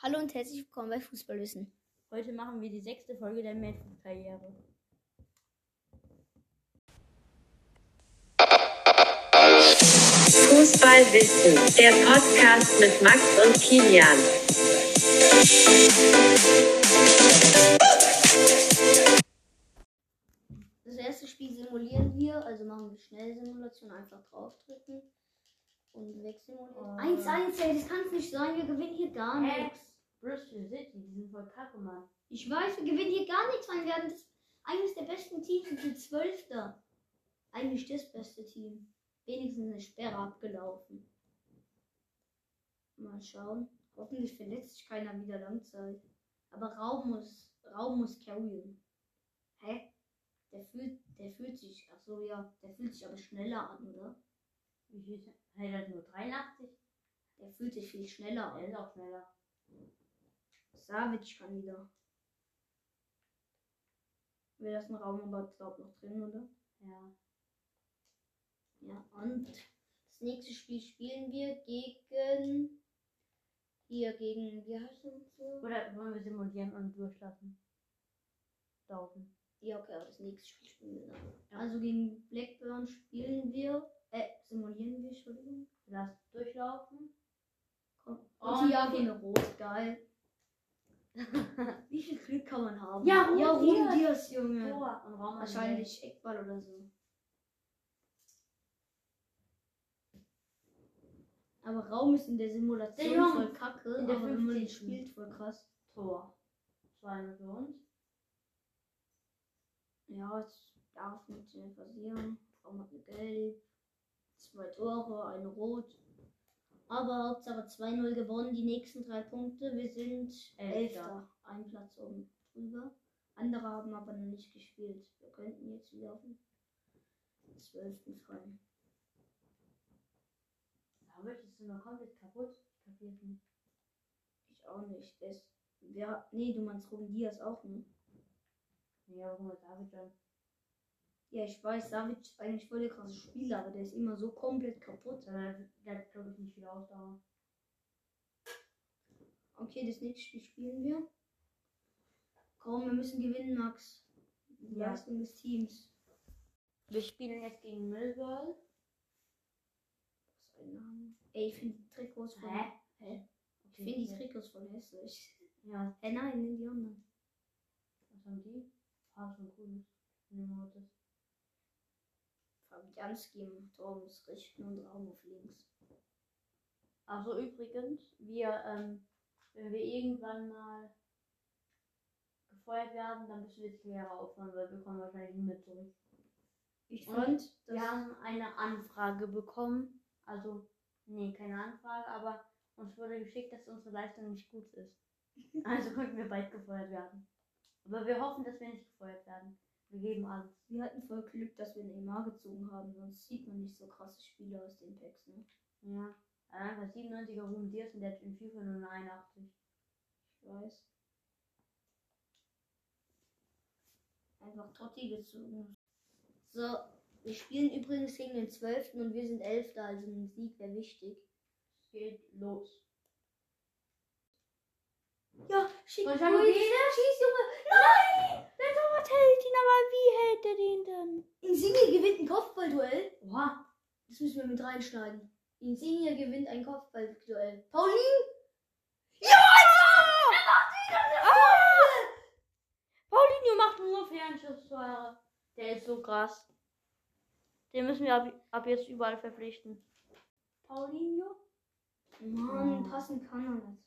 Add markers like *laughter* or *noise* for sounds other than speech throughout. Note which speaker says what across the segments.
Speaker 1: Hallo und herzlich willkommen bei Fußballwissen.
Speaker 2: Heute machen wir die sechste Folge der Madfood-Karriere.
Speaker 3: Fußballwissen, der Podcast mit Max und Kilian.
Speaker 1: Das erste Spiel simulieren wir, also machen wir schnelle Simulation, einfach draufdrücken und wegsimulieren.
Speaker 2: Oh.
Speaker 1: 1-1, ey, das kann's nicht sein, wir gewinnen hier gar
Speaker 2: Hä?
Speaker 1: nichts.
Speaker 2: Bristol City, die sind voll kacke, Mann.
Speaker 1: Ich weiß, wir gewinnen hier gar nichts, weil wir haben das eines der besten Teams und sind Zwölfter. Eigentlich das beste Team. Wenigstens eine Sperre abgelaufen. Mal schauen. Hoffentlich verletzt sich keiner wieder Langzeit. Aber Raum muss, Raum muss carryen. Hä? Der fühlt, der fühlt sich, ach so ja, der fühlt sich aber schneller an, oder?
Speaker 2: Wie viel ist Hey, das ist nur 83?
Speaker 1: Der fühlt sich viel schneller
Speaker 2: Der
Speaker 1: an.
Speaker 2: ist auch schneller.
Speaker 1: Savic kann wieder. Wäre das ein Raum aber glaub noch drin, oder?
Speaker 2: Ja.
Speaker 1: Ja, und das nächste Spiel spielen wir gegen. Hier gegen. Wie heißt das? so?
Speaker 2: Oder wollen wir simulieren und durchlassen? Laufen.
Speaker 1: Ja, okay, aber das nächste Spiel spielen wir dann.
Speaker 2: Ja.
Speaker 1: Also gegen Blackburn spielen wir. Äh, simulieren wir, Entschuldigung.
Speaker 2: Lass durchlaufen.
Speaker 1: Komm. Und
Speaker 2: Und-
Speaker 1: ja, gegen Rot, geil. *laughs* Wie viel Glück kann man haben?
Speaker 2: Ja, Ruben
Speaker 1: ja Ruben
Speaker 2: Dias.
Speaker 1: Dias, Junge.
Speaker 2: Tor und Raum
Speaker 1: Wahrscheinlich Eckball oder so. Aber Raum ist in der Simulation
Speaker 2: Der Raum
Speaker 1: voll kacke,
Speaker 2: in der
Speaker 1: aber wenn man ihn
Speaker 2: 15.
Speaker 1: spielt, voll krass.
Speaker 2: Tor. 2 für uns.
Speaker 1: Ja, es darf nicht mehr passieren. Raum hat eine Gelb, zwei Tore, eine Rot. Aber Hauptsache 2-0 gewonnen, die nächsten drei Punkte. Wir sind
Speaker 2: Elfter.
Speaker 1: Elfter. Ein Platz oben drüber. Andere haben aber noch nicht gespielt. Wir könnten jetzt wieder auf den 12. fallen.
Speaker 2: Da möchtest du noch komplett kaputt. Ich kapier's nicht.
Speaker 1: Ich auch nicht. Der ist, ja, nee, du meinst Ruben Diaz auch, ne?
Speaker 2: Ja, warum ist David dann?
Speaker 1: Ja, ich weiß, David ist eigentlich voll der krasse Spieler, aber der ist immer so komplett kaputt.
Speaker 2: Sondern der hat, glaube ich, nicht viel Ausdauer.
Speaker 1: Okay, das nächste Spiel spielen wir. Komm, wir müssen gewinnen, Max. Die
Speaker 2: Ja.
Speaker 1: Leistung des Teams.
Speaker 2: Wir spielen jetzt gegen Millwall.
Speaker 1: Was ein Name. Ey, ich finde die Trikots voll.
Speaker 2: Hä?
Speaker 1: Hä? Ich finde die Trikots voll hässlich.
Speaker 2: Ja,
Speaker 1: Hä, nein, nimm die anderen.
Speaker 2: Was haben die? Ah, schon cool. Nehmen wir das.
Speaker 1: Fabianski im Tor muss richten und Raum auf links.
Speaker 2: Achso, Also übrigens, wir, ähm, wenn wir irgendwann mal gefeuert werden, dann müssen wir die Lehrer aufhören, weil wir kommen wahrscheinlich nicht mehr zurück.
Speaker 1: Ich
Speaker 2: Und
Speaker 1: fand,
Speaker 2: Wir haben eine Anfrage bekommen. Also, nee, keine Anfrage, aber uns wurde geschickt, dass unsere Leistung nicht gut ist. Also konnten wir bald gefeuert werden. Aber wir hoffen, dass wir nicht gefeuert werden. Wir geben alles.
Speaker 1: Wir hatten voll Glück, dass wir Neymar gezogen haben, sonst sieht man nicht so krasse Spiele aus den Packs, ne?
Speaker 2: Ja. Einfach 97er Ruben Dias und der hat in FIFA nur eine 81.
Speaker 1: Ich weiß. Einfach Totti gezogen. So, wir spielen übrigens gegen den 12. und wir sind 11. Also ein Sieg wäre wichtig.
Speaker 2: Es geht los.
Speaker 1: Ja, schick
Speaker 2: Soll
Speaker 1: durch.
Speaker 2: ich sagen, okay?
Speaker 1: Schieß, Junge. Nein! Der Torwart hält ihn, aber wie hält er den denn? Insigne gewinnt ein Kopfballduell.
Speaker 2: Oha,
Speaker 1: Das müssen wir mit reinschneiden. Insigne gewinnt ein Kopfballduell. Pauline?
Speaker 2: Paulinho macht nur Fernschusstore. Der ist so krass. Den müssen wir ab, ab jetzt überall verpflichten. Paulinho?
Speaker 1: Mann,
Speaker 2: Oh.
Speaker 1: passen kann er nicht.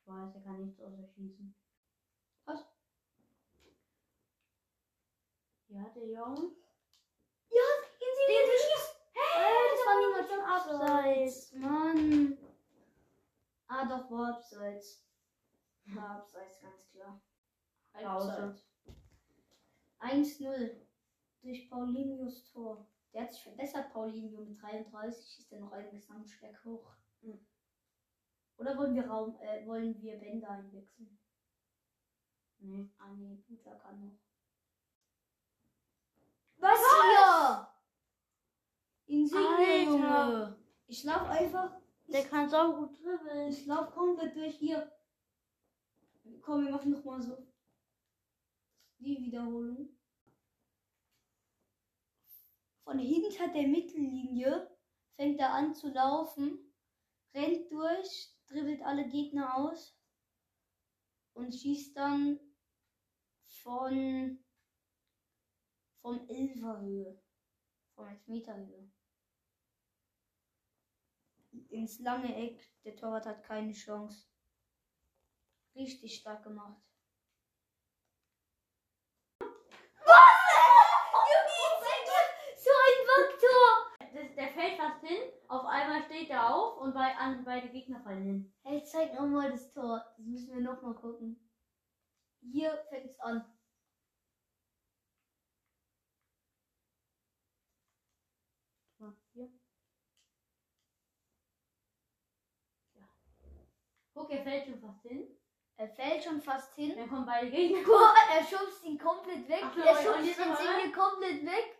Speaker 2: Ich weiß, er kann nichts außer schießen.
Speaker 1: Was?
Speaker 2: Ja, der Jong.
Speaker 1: Ja, Insigne geschießt. Hä? Das war niemals schon abseits. Mann. Ah, doch, war abseits. War abseits, ganz klar. Halbzeit.
Speaker 2: Pause.
Speaker 1: 1-0 durch Paulinhos Tor. Der hat sich verbessert, Paulinho. Mit 33 ist er noch einen Gesamtschlag hoch.
Speaker 2: Mhm.
Speaker 1: Oder wollen wir Raum, äh, wollen wir Bänder einwechseln?
Speaker 2: Nee.
Speaker 1: Ah nee, Butler kann noch. Was hier? Insigne,
Speaker 2: Alter.
Speaker 1: Junge. Ich lauf einfach.
Speaker 2: *laughs* Der kann so gut dribbeln.
Speaker 1: Ich lauf komplett durch hier. Komm, wir machen nochmal so die Wiederholung. Von hinter der Mittellinie fängt er an zu laufen, rennt durch, dribbelt alle Gegner aus und schießt dann von vom Elferhöhe, vom Elfmeterhöhe. Ins lange Eck, der Torwart hat keine Chance. Richtig stark gemacht.
Speaker 2: So ein Faktor! Das, der fällt fast hin, auf einmal steht er auf und bei, an, beide Gegner fallen hin.
Speaker 1: Hey, zeig nochmal das Tor. Das müssen wir nochmal gucken. Hier fängt's an.
Speaker 2: Ja, hier. Ja. Guck, er fällt schon fast hin.
Speaker 1: Er fällt schon fast hin.
Speaker 2: Dann kommen beide Gegner.
Speaker 1: Boah, er schubst ihn komplett weg.
Speaker 2: Ach so,
Speaker 1: er
Speaker 2: und
Speaker 1: schubst
Speaker 2: jetzt
Speaker 1: den
Speaker 2: noch mal?
Speaker 1: Single komplett weg.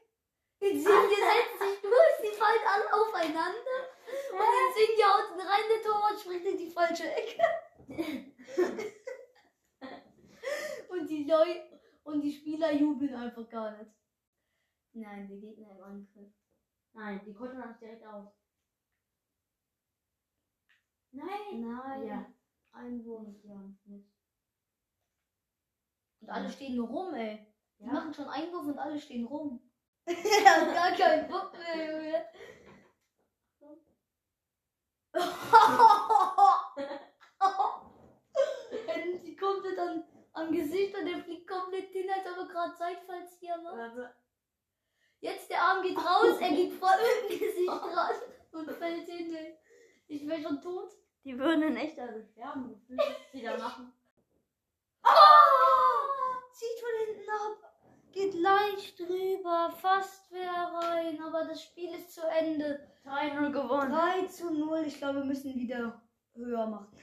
Speaker 1: Den Single setzt sich durch. Die fallen alle aufeinander. Und den Single haut ihn rein. Der Torwart springt in die falsche Ecke. *laughs* und, die Leu und die Spieler jubeln einfach gar nicht. Nein, wir Gegner im Angriff.
Speaker 2: Nein, die konnten uns direkt aus. Nein!
Speaker 1: Nein.
Speaker 2: Ja.
Speaker 1: Einwurf.
Speaker 2: Ja.
Speaker 1: Und alle stehen nur rum, ey. Die
Speaker 2: Ja.
Speaker 1: machen schon Einwurf und alle stehen
Speaker 2: *laughs*
Speaker 1: rum. *laughs* Ja, gar kein Bock mehr, Junge. *laughs* Er nimmt die komplett an, am Gesicht und der fliegt komplett hin, als ob er gerade Zeitfalls hier war. Jetzt der Arm geht raus, er geht voll mit dem Gesicht
Speaker 2: *laughs*
Speaker 1: ran und fällt hin, ey. Ich wäre schon tot.
Speaker 2: Die würden in echt also sterben, gefühlt, was sie da machen.
Speaker 1: Zieht Oh! von hinten ab, geht leicht drüber, fast wäre rein, aber das Spiel ist zu Ende.
Speaker 2: 3-0 gewonnen.
Speaker 1: 3 zu 0, ich glaube, wir müssen wieder höher machen.